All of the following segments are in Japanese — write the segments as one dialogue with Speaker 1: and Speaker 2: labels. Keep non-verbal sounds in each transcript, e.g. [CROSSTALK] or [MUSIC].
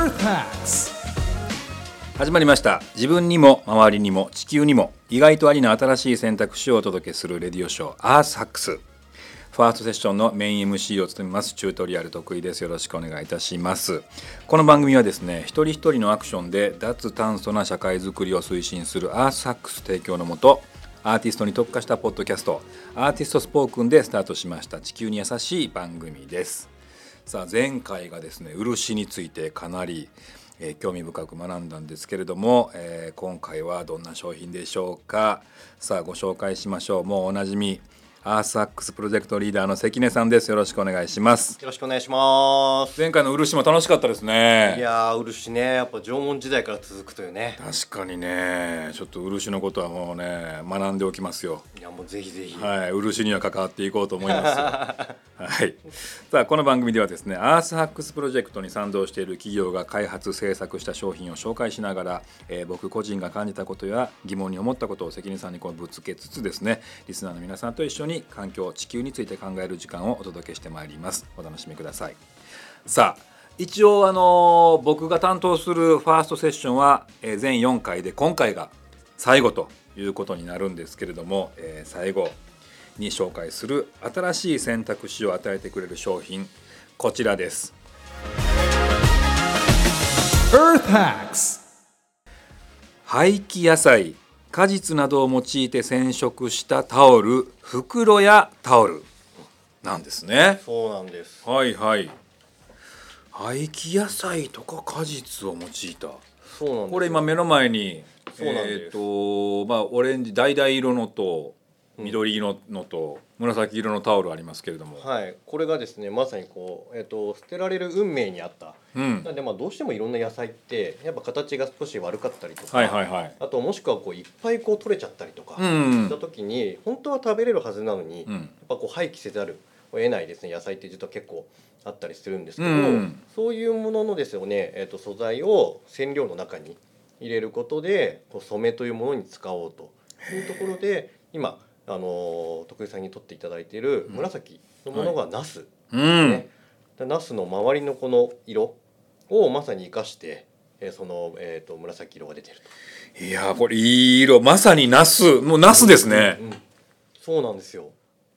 Speaker 1: Packs.
Speaker 2: 始まりました自分にも周りにも地球にも意外とありな新しい選択肢をお届けするレディオショー「アーサックス」ファーストセッションのメイン MC を務めますチュートリアル得意ですよろしくお願いいたしますこの番組はですね一人一人のアクションで脱炭素な社会づくりを推進するアーサックス提供のもとアーティストに特化したポッドキャスト「アーティストスポークン」でスタートしました地球に優しい番組ですさあ前回がですね漆についてかなり、えー興味深く学んだんですけれども、えー今回はどんな商品でしょうかさあご紹介しましょうもうおなじみアーサックスプロジェクトリーダーの関根さんですよろしくお願いします
Speaker 3: よろしくお願いします。
Speaker 2: 前回の漆も楽しかったです
Speaker 3: い
Speaker 2: ね
Speaker 3: やー、漆ね、やっぱ縄文時代から続くというね。
Speaker 2: 確かにねちょっと漆のことはもうね学んでおきますよ
Speaker 3: いや、もうぜひぜひ。
Speaker 2: はい、漆には関わっていこうと思います。はい、さあこの番組ではですねアースハックスプロジェクトに賛同している企業が開発制作した商品を紹介しながら、えー僕個人が感じたことや疑問に思ったことを関根さんにこうぶつけつつですねリスナーの皆さんと一緒に環境地球について考える時間をお届けしてまいりますお楽しみくださいさあ一応あのー僕が担当するファーストセッションは、えー全4回で今回が最後ということになるんですけれども、えー最後に紹介する新しい選択肢を与えてくれる商品こちらです
Speaker 1: Earth Hacks.
Speaker 2: 廃棄野菜果実などを用いて染色したタオル袋やタオルなんですね
Speaker 3: そうなんです。
Speaker 2: はいはい廃棄野菜とか果実を用いた
Speaker 3: そうなんです。
Speaker 2: これ今目の前に
Speaker 3: そうなんです
Speaker 2: えっ、とまあオレンジ橙色のと緑色のと紫色のタオルありますけれども、
Speaker 3: はい、これがですね、まさにこう、えっ、と、捨てられる運命にあった。
Speaker 2: うん
Speaker 3: なんで、まあ、どうしてもいろんな野菜って、やっぱ形が少し悪かったりとか。
Speaker 2: はいはいはい
Speaker 3: あと、もしくは、こう、いっぱいこう取れちゃったりとか。
Speaker 2: う
Speaker 3: し
Speaker 2: ん
Speaker 3: た時に、本当は食べれるはずなのに、
Speaker 2: う
Speaker 3: やっ
Speaker 2: ん
Speaker 3: ぱこう廃棄せざる。を得ないですね野菜って実は結構あったりするんですけど、
Speaker 2: うん
Speaker 3: そういうもののですよね、えー、と素材を染料の中に入れることでこう染めというものに使おうというところで今、あのー徳井さんに取っていただいている紫のものがナス、
Speaker 2: うん
Speaker 3: ねでナスの周りのこの色をまさに生かして、えーその、えー、と紫色が出てる
Speaker 2: いやーこれいい色まさにナスもうナスですね
Speaker 3: と、うん、そうなんですよ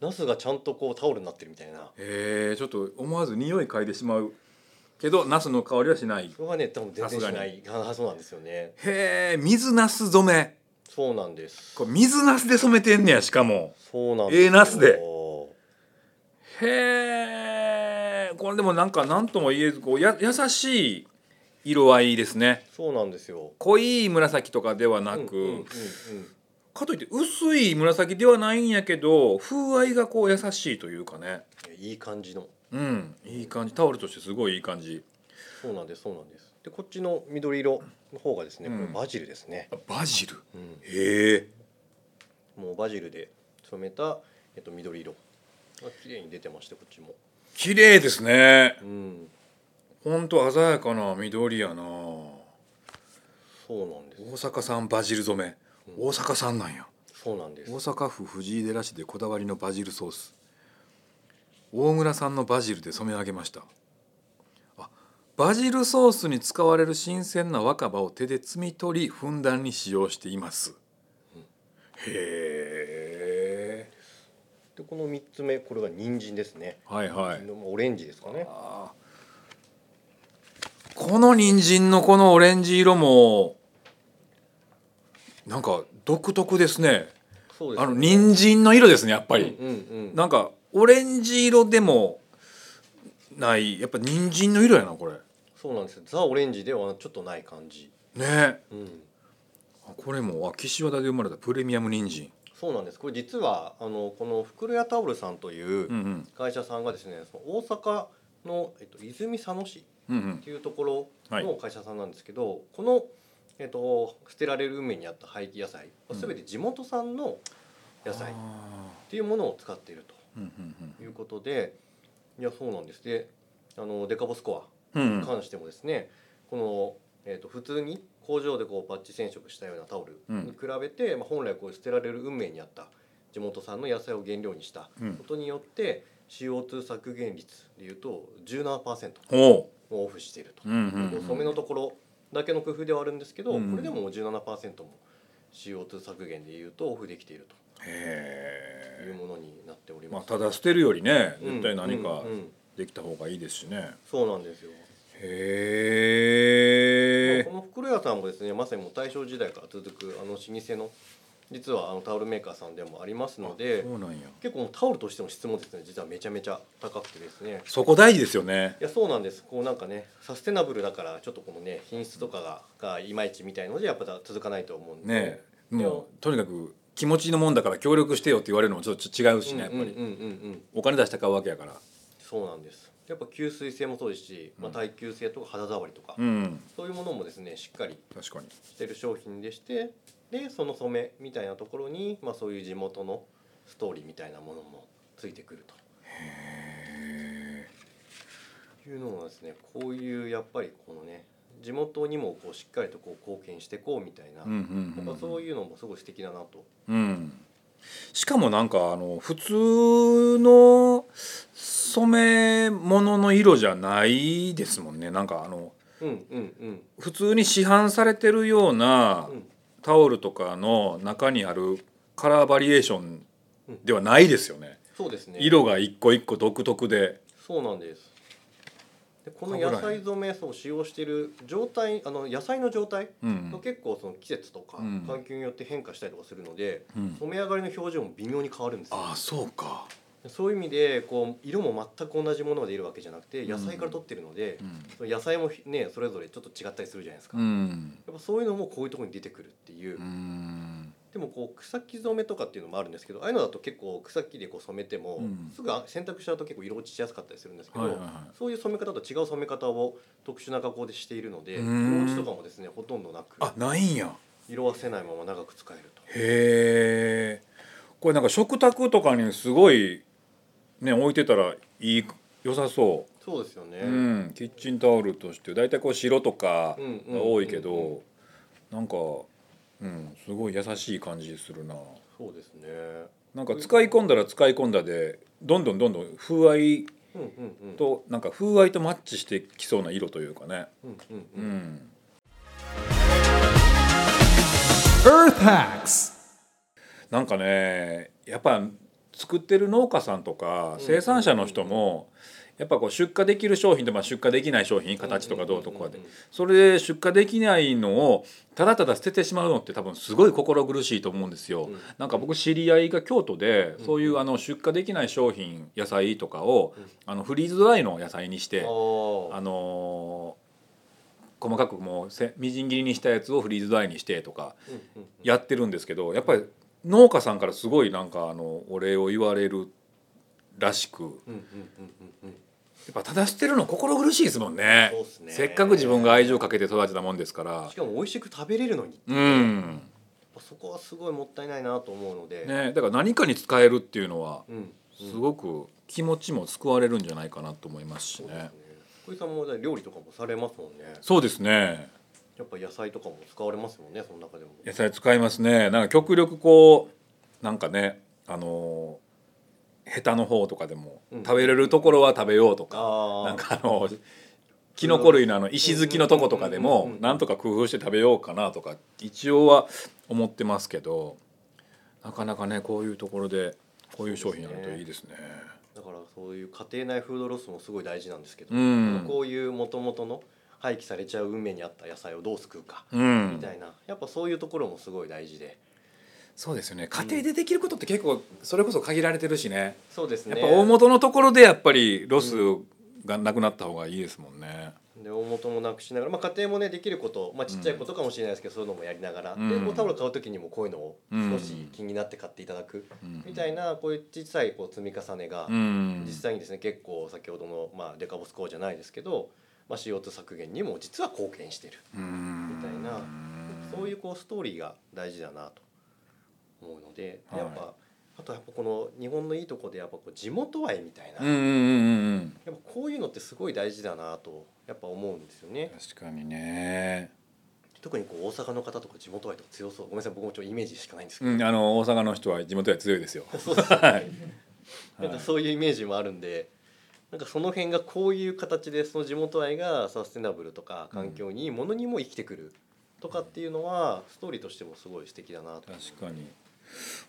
Speaker 3: ナスがちゃんとこうタオルになってるみたいな
Speaker 2: えー、ちょっと思わず匂い嗅いでしまうけどナスの香りはしない
Speaker 3: それはね多分全然し
Speaker 2: さ
Speaker 3: ないあそうなんですよね
Speaker 2: へえ水ナス染め
Speaker 3: そうなんです
Speaker 2: これ水ナスで染めてんねやしかも
Speaker 3: そうなん
Speaker 2: ええナスで
Speaker 3: よ
Speaker 2: へえこれでもなんか何とも言えずこうや優しい色合いですね
Speaker 3: そうなんですよ。
Speaker 2: 濃い紫とかではなく、
Speaker 3: うんうんうんうん
Speaker 2: かといって薄い紫ではないんやけど風合いがこう優しいというかね
Speaker 3: いい感じの。
Speaker 2: うんいい感じタオルとしてすごいいい感じ
Speaker 3: そうなんです。そうなんです。で、こっちの緑色の方がですね、
Speaker 2: うん
Speaker 3: これバジルですね。
Speaker 2: バジル
Speaker 3: うん
Speaker 2: へえ
Speaker 3: もうバジルで染めた、えっと、緑色。が綺麗に出てまして、こっちも。
Speaker 2: 綺麗ですね
Speaker 3: うん。
Speaker 2: ほんと鮮やかな緑やな大
Speaker 3: そうなんです。
Speaker 2: 阪産バジル染め大阪産なんや
Speaker 3: そうなんです
Speaker 2: 大。阪府藤井寺市でこだわりのバジルソース大村産のバジルで染め上げましたあバジルソースに使われる新鮮な若葉を手で摘み取りふんだんに使用していますへえ
Speaker 3: で、この三つ目、これが人参ですね。
Speaker 2: はいはい
Speaker 3: のまあオレンジですかね。
Speaker 2: この人参のこのオレンジ色もなんか独特ですね
Speaker 3: そうです
Speaker 2: あ
Speaker 3: ね、
Speaker 2: の人参の色ですねやっぱり、
Speaker 3: うんうん。
Speaker 2: なんかオレンジ色でもないやっぱ人参の色やなこれ
Speaker 3: そうなんです。ザオレンジではちょっとない感じ。
Speaker 2: ね
Speaker 3: うん。
Speaker 2: あこれもあ岸和田で生まれたプレミアム人参
Speaker 3: そうなんです。これ実は、あの、この袋屋タオルさんという
Speaker 2: う。ん
Speaker 3: 会社さんがですねその大阪の、えっと、泉佐野市
Speaker 2: うんうん
Speaker 3: っていうところ
Speaker 2: はい
Speaker 3: の会社さんなんですけど、この、えっと、捨てられる海にあった廃棄野菜
Speaker 2: うん
Speaker 3: すべて地元産の野菜っ
Speaker 2: あ
Speaker 3: ていうものを使っている
Speaker 2: ーうんうん
Speaker 3: ということで、いやそうなんですであのデカボスコ
Speaker 2: うんうん
Speaker 3: ア
Speaker 2: う
Speaker 3: に
Speaker 2: ん
Speaker 3: 関してもですね、この、えっと、普通に工場でこうパッチ染色したようなタオル
Speaker 2: うん
Speaker 3: に比べて、まあ、本来こう捨てられる運命にあった地元産の野菜を原料にした
Speaker 2: うん
Speaker 3: ことによって CO2 削減率でいうと17%
Speaker 2: おう
Speaker 3: オフしていると、
Speaker 2: うんうんうん
Speaker 3: こう染めのところだけの工夫ではあるんですけど、
Speaker 2: うん
Speaker 3: これでももう17%も CO2 削減でいうとオフできていると
Speaker 2: へ
Speaker 3: いうものになっており
Speaker 2: えまあ
Speaker 3: ます。
Speaker 2: ただ捨てるよりね
Speaker 3: うん
Speaker 2: 絶対何か
Speaker 3: うんうん
Speaker 2: できた方がいいですしね、
Speaker 3: そうなんですよ
Speaker 2: へえ
Speaker 3: この袋屋さんもですねまさにもう大正時代から続くあの老舗の実はあのタオルメーカーさんでもありますので
Speaker 2: そうなんや
Speaker 3: 結構もうタオルとしての質もですね実はめちゃめちゃ高くてですね
Speaker 2: そこ大事ですよね
Speaker 3: いやそうなんですこうなんかねサステナブルだからちょっとこのね品質とかががいまいちみたいのでやっぱ続かないと思うんで
Speaker 2: ねえ
Speaker 3: で
Speaker 2: も
Speaker 3: も
Speaker 2: うとにかく気持ちのもんだから協力してよって言われるのもちょっと違うしねやっぱ
Speaker 3: うんうんうん
Speaker 2: り
Speaker 3: うんうん
Speaker 2: お金出して買うわけやから
Speaker 3: そうなんですやっぱ吸水性もそうですし、まあ、耐久性とか肌触りとか、
Speaker 2: うん
Speaker 3: そういうものもですねしっかり
Speaker 2: 確かに
Speaker 3: してる商品でしてでその染めみたいなところに、まあ、そういう地元のストーリーみたいなものもついてくると。いうのもですねこういうやっぱりこのね地元にもこうしっかりとこう貢献していこうみたいな、
Speaker 2: うんうんう
Speaker 3: やっ
Speaker 2: ん
Speaker 3: ぱそういうのもすごい素敵だなと。
Speaker 2: うん、しかもなんかあの普通の染め物の色じゃないですもんねなんかあの
Speaker 3: うんうんうん
Speaker 2: 普通に市販されてるような
Speaker 3: うん
Speaker 2: タオルとかの中にあるカラーバリエーションではないですよね
Speaker 3: そうですね。
Speaker 2: 色が一個一個独特で
Speaker 3: そうなんです。でこの野菜染めそう使用している状態あの野菜の状態
Speaker 2: うん
Speaker 3: と結構その季節とか
Speaker 2: うん
Speaker 3: 環境によって変化したりとかするので、
Speaker 2: うん
Speaker 3: 染め上がりの表情も微妙に変わるんですよ
Speaker 2: ああそうか
Speaker 3: そういう意味でこう色も全く同じものが出るわけじゃなくて
Speaker 2: ん
Speaker 3: 野菜から取ってるので
Speaker 2: う、ん、
Speaker 3: その野菜もひねそれぞれちょっと違ったりするじゃないですか、
Speaker 2: う
Speaker 3: や
Speaker 2: ん
Speaker 3: っぱそういうのもこういうところに出てくるっていう、
Speaker 2: うん
Speaker 3: でもこう草木染めとかっていうのもあるんですけどああいうのだと結構草木でこう染めても、
Speaker 2: うん
Speaker 3: すぐ洗濯しちゃうと結構色落ちしやすかったりするんですけど、
Speaker 2: はいはいはい
Speaker 3: そういう染め方と違う染め方を特殊な加工でしているので
Speaker 2: うん
Speaker 3: 色落ちとかもですねほとんどなく
Speaker 2: あないんや
Speaker 3: 色あせないまま長く使えると。
Speaker 2: へえこれなんか食卓とかにすごいね置いてたらいい良さそ
Speaker 3: そうですよね、
Speaker 2: う、うん、キッチンタオルとして大体こう白とかが多いけど、
Speaker 3: うんうんうん
Speaker 2: なんか、うん、すごい優しい感じするな
Speaker 3: そうですね。
Speaker 2: なんか使い込んだら使い込んだでどんどんどんどん風合い
Speaker 3: うんうんうん。
Speaker 2: となんか風合いとマッチしてきそうな色というかね、
Speaker 3: うんうん
Speaker 2: う
Speaker 3: うん。
Speaker 2: ん、
Speaker 1: Earth Hacks.
Speaker 2: なんかねやっぱ作ってる農家さんとか生産者の人もやっぱこう出荷できる商品とまあ出荷できない商品形とかどうとかで
Speaker 3: うんうんうんうん
Speaker 2: それで出荷できないのをただただ捨ててしまうのって多分すごい心苦しいと思うんですよ
Speaker 3: うん。
Speaker 2: なんか僕知り合いが京都で
Speaker 3: うん
Speaker 2: そういうあの出荷できない商品野菜とかをあのフリーズドライの野菜にして
Speaker 3: あ
Speaker 2: あ
Speaker 3: あ。
Speaker 2: のー細かくもうせみじん切りにしたやつをフリーズドライにしてとか
Speaker 3: うんうん
Speaker 2: やってるんですけどやっぱり農家さんからすごいなんかあのお礼を言われるらしくや
Speaker 3: うんうんうんうんうん。
Speaker 2: っぱただ捨てるの心苦しいですもんね
Speaker 3: そうっすね
Speaker 2: せっかく自分が愛情かけて育てたもんですから
Speaker 3: しかも美味しく食べれるのに、
Speaker 2: うん、
Speaker 3: そこはすごいもったいないなと思うので。
Speaker 2: ね、だから何かに使えるっていうのは
Speaker 3: うん。うん
Speaker 2: すごく気持ちも救われるんじゃないかなと思いますし
Speaker 3: そうですね
Speaker 2: ね。
Speaker 3: 小井さんもね料理とかもされますもんね。
Speaker 2: そうですね
Speaker 3: やっぱ野菜とかも使われますもんね、その中でも。
Speaker 2: 野菜使いますねなんか極力こうなんかねあのーヘタの方とかでも
Speaker 3: うん
Speaker 2: 食べれるところは食べようとか、
Speaker 3: ああ。
Speaker 2: なんかあのキノコ類のあの石突きのとことかで
Speaker 3: うんうん
Speaker 2: も
Speaker 3: うんうん
Speaker 2: なんとか工夫して食べようかなとか一応は思ってますけどなかなかねこういうところでこういう商品あるといいですね。
Speaker 3: だからそういう家庭内フードロスもすごい大事なんですけど、
Speaker 2: うん
Speaker 3: こういう元々の廃棄されちゃう運命にあった野菜をどう救うか
Speaker 2: う
Speaker 3: み
Speaker 2: ん、
Speaker 3: たいな、やっぱそういうところもすごい大事で。
Speaker 2: そうですよね家庭でできることって結構それこそ限られてるしね
Speaker 3: そうです
Speaker 2: や
Speaker 3: ね。
Speaker 2: っぱ大元のところでやっぱりロスがなくなった方がいいですもんね。
Speaker 3: で大元もなくしながら、まあ、家庭もねできること、まあ、ちっちゃいことかもしれないですけど、そういうのもやりながら、
Speaker 2: うん
Speaker 3: でこうタオル買う時にもこういうのを
Speaker 2: うん
Speaker 3: 少し気になって買っていただく、
Speaker 2: うん
Speaker 3: みたいなこういう小さいこう積み重ねが、
Speaker 2: うん
Speaker 3: 実際にですね結構先ほどの、まあ、デカボスコじゃないですけど、まあ、CO2 削減にも実は貢献しているみ
Speaker 2: み
Speaker 3: たいな、そういうこうストーリーが大事だなと思うので、でやっ
Speaker 2: は
Speaker 3: ぱあとやっぱこの日本のいいとこでやっぱこう地元愛みたいな、
Speaker 2: うんうんうんうん
Speaker 3: やっぱこういうのってすごい大事だなとやっぱ思うんですよね。
Speaker 2: 確かにね。
Speaker 3: 特にこう大阪の方とか地元愛とか強そうごめんなさい僕もちょっとイメージしかないんですけど、
Speaker 2: うん、あの大阪 [LAUGHS] の人は地元では強いですよ。
Speaker 3: そうですね
Speaker 2: はい。
Speaker 3: なんかそういうイメージもあるんで、なんかその辺がこういう形でその地元愛がサステナブルとか環境にいいものにも生きてくるとかっていうのはストーリーとしてもすごい素敵だなと。
Speaker 2: 確かに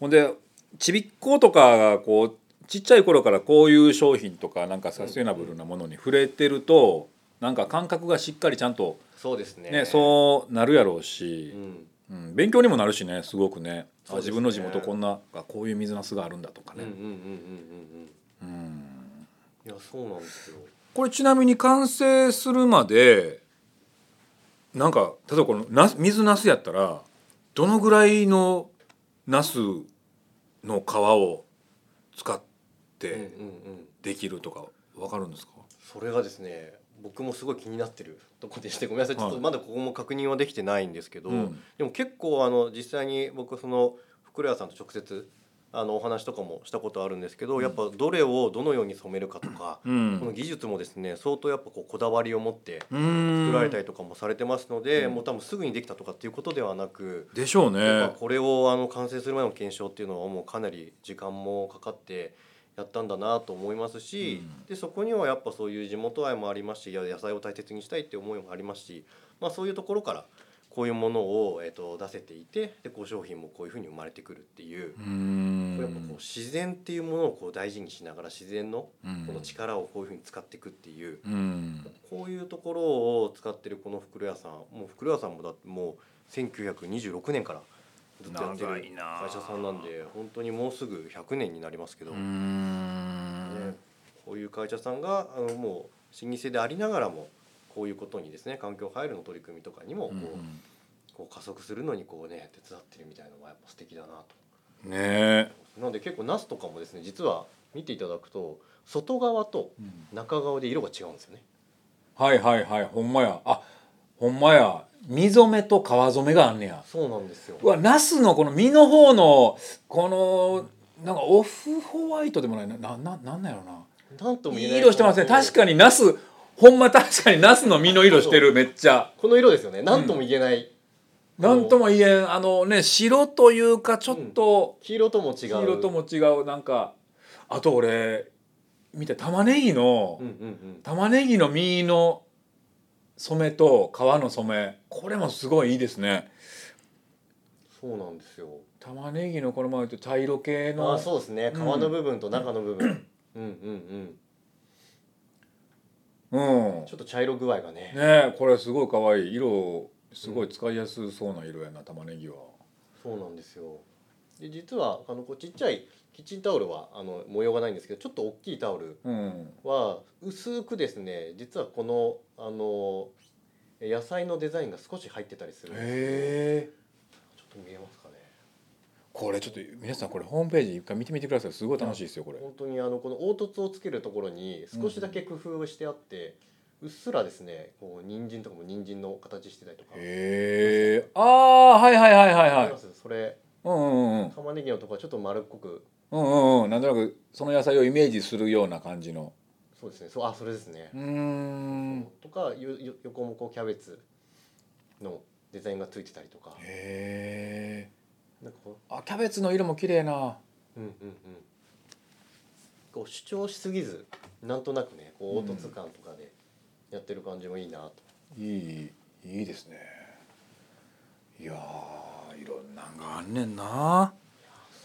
Speaker 2: ほんでちびっ子とかがこうちっちゃい頃からこういう商品とかなんかサステナブルなものに触れてるとなんか感覚がしっかりちゃんと
Speaker 3: そうですね。
Speaker 2: ねそうなるやろうし
Speaker 3: う、ん。
Speaker 2: うん、勉強にもなるしねすごくねあ
Speaker 3: そうです
Speaker 2: 自
Speaker 3: ね
Speaker 2: 分の地元こんなこういう水なすがあるんだとか
Speaker 3: うんうんうんうん
Speaker 2: ね、
Speaker 3: うんうん。
Speaker 2: うん、
Speaker 3: いやそうなんですよ。
Speaker 2: これちなみに完成するまでなんか例えばこのな水ナスやったらどのぐらいのナスの皮を使っ
Speaker 3: うんうん
Speaker 2: て
Speaker 3: うん。
Speaker 2: できるとかわかるんですか、
Speaker 3: それがですね僕もすごい気になってるとこでしてごめんなさいちょっ
Speaker 2: は
Speaker 3: と
Speaker 2: い
Speaker 3: まだここも確認はできてないんですけど、
Speaker 2: うん
Speaker 3: でも結構あの実際に僕その福良さんと直接あのお話とかもしたことあるんですけど、やっぱどれをどのように染めるかとか、
Speaker 2: うん
Speaker 3: この技術もですね相当やっぱこうこだわりを持って
Speaker 2: うーん
Speaker 3: 作られたりとかもされてますので、
Speaker 2: うん
Speaker 3: もう多分すぐにできたとかっていうことではなく、
Speaker 2: でしょう
Speaker 3: まあ
Speaker 2: ね。
Speaker 3: これをあの完成する前の検証っていうのはもうかなり時間もかかってやったんだなと思いますし、でそこにはやっぱそういう地元愛もありますしいや野菜を大切にしたいって思いもありますし、まあ、そういうところからこういうものを、えっと出せていてでこう商品もこういうふうに生まれてくるっていう。
Speaker 2: う
Speaker 3: こ
Speaker 2: ーん
Speaker 3: うやっぱこう自然っていうものをこう大事にしながら自然の
Speaker 2: うん
Speaker 3: この力をこういうふうに使っていくっていう
Speaker 2: うん
Speaker 3: こういうところを使ってるこの袋屋さんもう袋屋さんもだってもう1926年からずっとやってる
Speaker 2: 長いなあ
Speaker 3: 会社さんなんで本当にもうすぐ100年になりますけど、
Speaker 2: うー
Speaker 3: ね
Speaker 2: ん
Speaker 3: こういう会社さんがあのもう老舗でありながらもこういうことにですね環境配慮の取り組みとかにもこ
Speaker 2: う
Speaker 3: う,、
Speaker 2: ん
Speaker 3: こう加速するのにこうね手伝ってるみたいなのはやっぱ素敵だなと。
Speaker 2: ねえ、
Speaker 3: なので結構ナスとかもですね実は見ていただくと外側と中側で色が違うんですよね。
Speaker 2: はいはいはいほんまやあほんまや溝染めと皮染めがあんねや
Speaker 3: そうなんですよ。
Speaker 2: うわナスのこの実の方のこのなんかオフホワイトでもないななななんなんやろな
Speaker 3: なんとも言えない
Speaker 2: いい色してますね確かにナスほんま確かにナスの実の色してるめっちゃ
Speaker 3: この色ですよね。なんとも言えない、
Speaker 2: なんとも言えんあのね白というかちょっと
Speaker 3: 黄色とも違
Speaker 2: 黄
Speaker 3: う。
Speaker 2: 色と。も違うなんかあと俺見た玉ねぎの
Speaker 3: うんうんうん。
Speaker 2: 玉ねぎの実の染めと皮の染めこれもすごいいいですね
Speaker 3: そうなんですよ。
Speaker 2: 玉ねぎのこのまま言うと茶色系
Speaker 3: あ
Speaker 2: の
Speaker 3: あそうですね。皮
Speaker 2: うん
Speaker 3: の部分と中の部分。うんうんうん。
Speaker 2: うん
Speaker 3: ちょっと茶色具合がね。
Speaker 2: ねえこれすごい可愛い色すごい使いやすそうな色やな玉ねぎは
Speaker 3: そうなんですよ。で実はあのこうちっちゃいキッチンタオルはあの模様がないんですけど、ちょっと大きいタオル
Speaker 2: うん
Speaker 3: は薄くですね。実はこのあの野菜のデザインが少し入ってたりするんです
Speaker 2: へえ
Speaker 3: けど。ちょっと見えますかね。
Speaker 2: これちょっと皆さんこれホームページ一回見てみてくださいすごい楽しいですよこれ
Speaker 3: 本当にあのこの凹凸をつけるところに少しだけ工夫をしてあって、うっすらですねこう人参とかも人参の形してたりとか、
Speaker 2: へえああはいはいはいはいは
Speaker 3: あり
Speaker 2: い
Speaker 3: ますそれ
Speaker 2: うんうんうん
Speaker 3: 玉ねぎのとこはちょっと丸っこく
Speaker 2: うんうんうんなんとなくその野菜をイメージするような感じの
Speaker 3: そうですねそうあそれですね
Speaker 2: う、ーん
Speaker 3: とかよよ横もこうキャベツのデザインがついてたりとか
Speaker 2: へえ
Speaker 3: なんかこ
Speaker 2: あキャベツの色も綺麗な
Speaker 3: ううんうんうんこう主張しすぎずなんとなくねこう凹凸感とかでやってる感じもいいなと、
Speaker 2: いいいいですねいやーいろんなんがあんねんな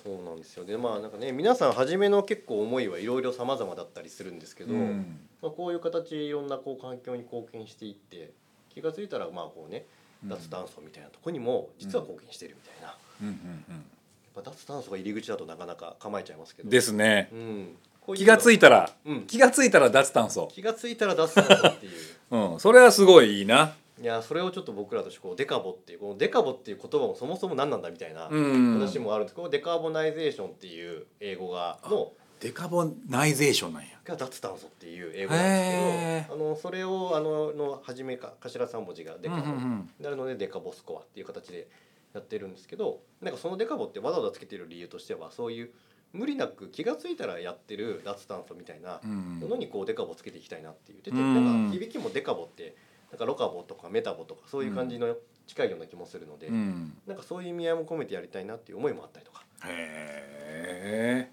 Speaker 3: そうなんですよでまあなんかね皆さん初めの結構思いはいろいろ様々だったりするんですけど、
Speaker 2: うん
Speaker 3: まあ、こういう形でいろんなこう環境に貢献していって気が付いたらまあこうね脱炭素みたいなとこにも実は貢献してるみたいな、
Speaker 2: うんうんうん
Speaker 3: やっぱ脱炭素が入り口だとなかなか構えちゃいますけど、
Speaker 2: ですね
Speaker 3: うん、こうう
Speaker 2: 気がついたら、
Speaker 3: うん
Speaker 2: 気がついたら脱炭素
Speaker 3: 気がついたら脱炭素っていう
Speaker 2: うんそれはすごいいいない
Speaker 3: やそれをちょっと僕らとしてこうデカボっていうこのデカボっていう言葉もそもそも何なんだみたいな
Speaker 2: うん
Speaker 3: 話もあるんですけど、このデカーボナイゼーションっていう英語がの
Speaker 2: デカボナイゼーションなんや
Speaker 3: が脱炭素っていう英語なんですけどあのそれをあのの初めか頭3文字がデカボ、
Speaker 2: うんうんうん
Speaker 3: なのでデカボスコアっていう形でやってるんですけどなんかそのデカボってわざわざつけてる理由としてはそういう無理なく気が付いたらやってる脱炭素みたいな
Speaker 2: うん
Speaker 3: ものにこうデカボつけていきたいなっていうで
Speaker 2: うん
Speaker 3: なんか響きもデカボってなんかロカボとかメタボとかそういう感じの近いような気もするので、
Speaker 2: うん
Speaker 3: なんかそういう意味合いも込めてやりたいなっていう思いもあったりとか
Speaker 2: へえ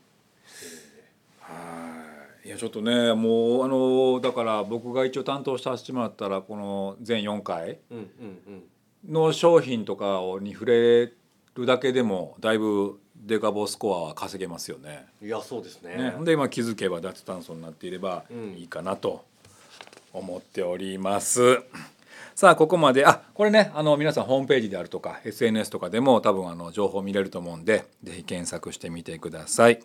Speaker 2: はいいやちょっとねもうあのだから僕が一応担当させてもらったらこの全4回
Speaker 3: うんうん
Speaker 2: の商品とかをに触れるだけでもだいぶデカボスコアは稼げますよね。
Speaker 3: うんいやそうですね
Speaker 2: ね、ほんで今気づけば脱炭素になっていれば
Speaker 3: うん
Speaker 2: いいかなと思っております。さあここまであこれねあの皆さんホームページであるとか SNS とかでも多分あの情報見れると思うんで是非検索してみてください。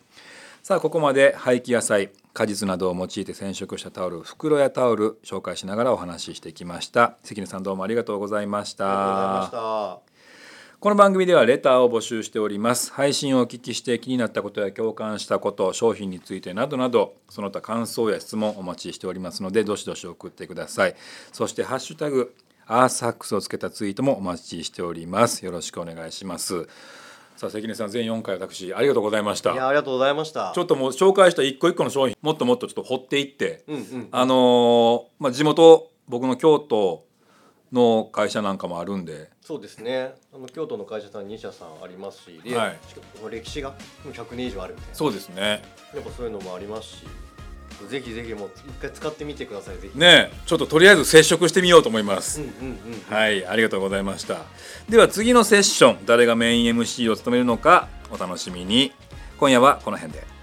Speaker 2: さあここまで廃棄野菜果実などを用いて染色したタオル袋やタオル紹介しながらお話ししてきました関根さんどうもありがとうございまし
Speaker 3: ありがとうございましたた
Speaker 2: この番組ではレターを募集しております配信をお聞きして気になったことや共感したこと商品についてなどなどその他感想や質問お待ちしておりますのでどしどし送ってくださいそしてハッシュタグアーサックスをつけたツイートもお待ちしておりますよろしくお願いしますさあ関根さん全4回私ありがとうございました
Speaker 3: いやありがとうございました
Speaker 2: ちょっともう紹介した一個一個の商品もっともっとちょっと掘っていって、
Speaker 3: うんうん
Speaker 2: あのーまあ、地元僕の京都の会社なんかもあるんで
Speaker 3: そうですねあの京都の会社さん2社さんありますし、で
Speaker 2: はい
Speaker 3: しかも歴史がもう100年以上あるみたいな
Speaker 2: そうですね
Speaker 3: やっぱそういうのもありますしぜひぜひもう一回使ってみてくださいぜひ
Speaker 2: ねえちょっととりあえず接触してみようと思います、
Speaker 3: うんうんうん
Speaker 2: はいありがとうございましたでは次のセッション誰がメイン MC を務めるのかお楽しみに今夜はこの辺で。